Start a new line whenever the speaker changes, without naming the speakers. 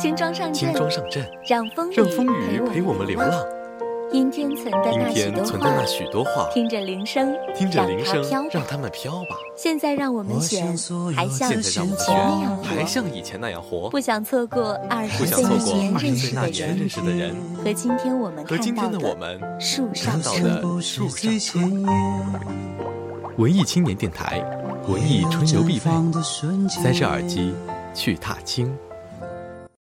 轻装上
轻
阵，
装上阵，
让风雨
让风雨陪
我
我们流浪。
阴天存的
阴
那许
天
多
存的那
话，
许多话，
听着铃声，
听着铃声
让它飘，吧
让它们飘吧。
现在让我们
我
选
想所，有
还像
现
的
在
以
让
前
我们
幸福
那样
选，还
活，
像以前那样活，
不想错过二
不
十
想
岁
错
那
过
年
二十
认
岁
识
那
的
年认
人，
识的人，
和今天我们
和今
看到
天的我
的
们。
树上
看
的
到
人
的
不是最前沿，
文艺青年电台，文艺春游必备，
放的瞬间，
塞着耳机去踏青。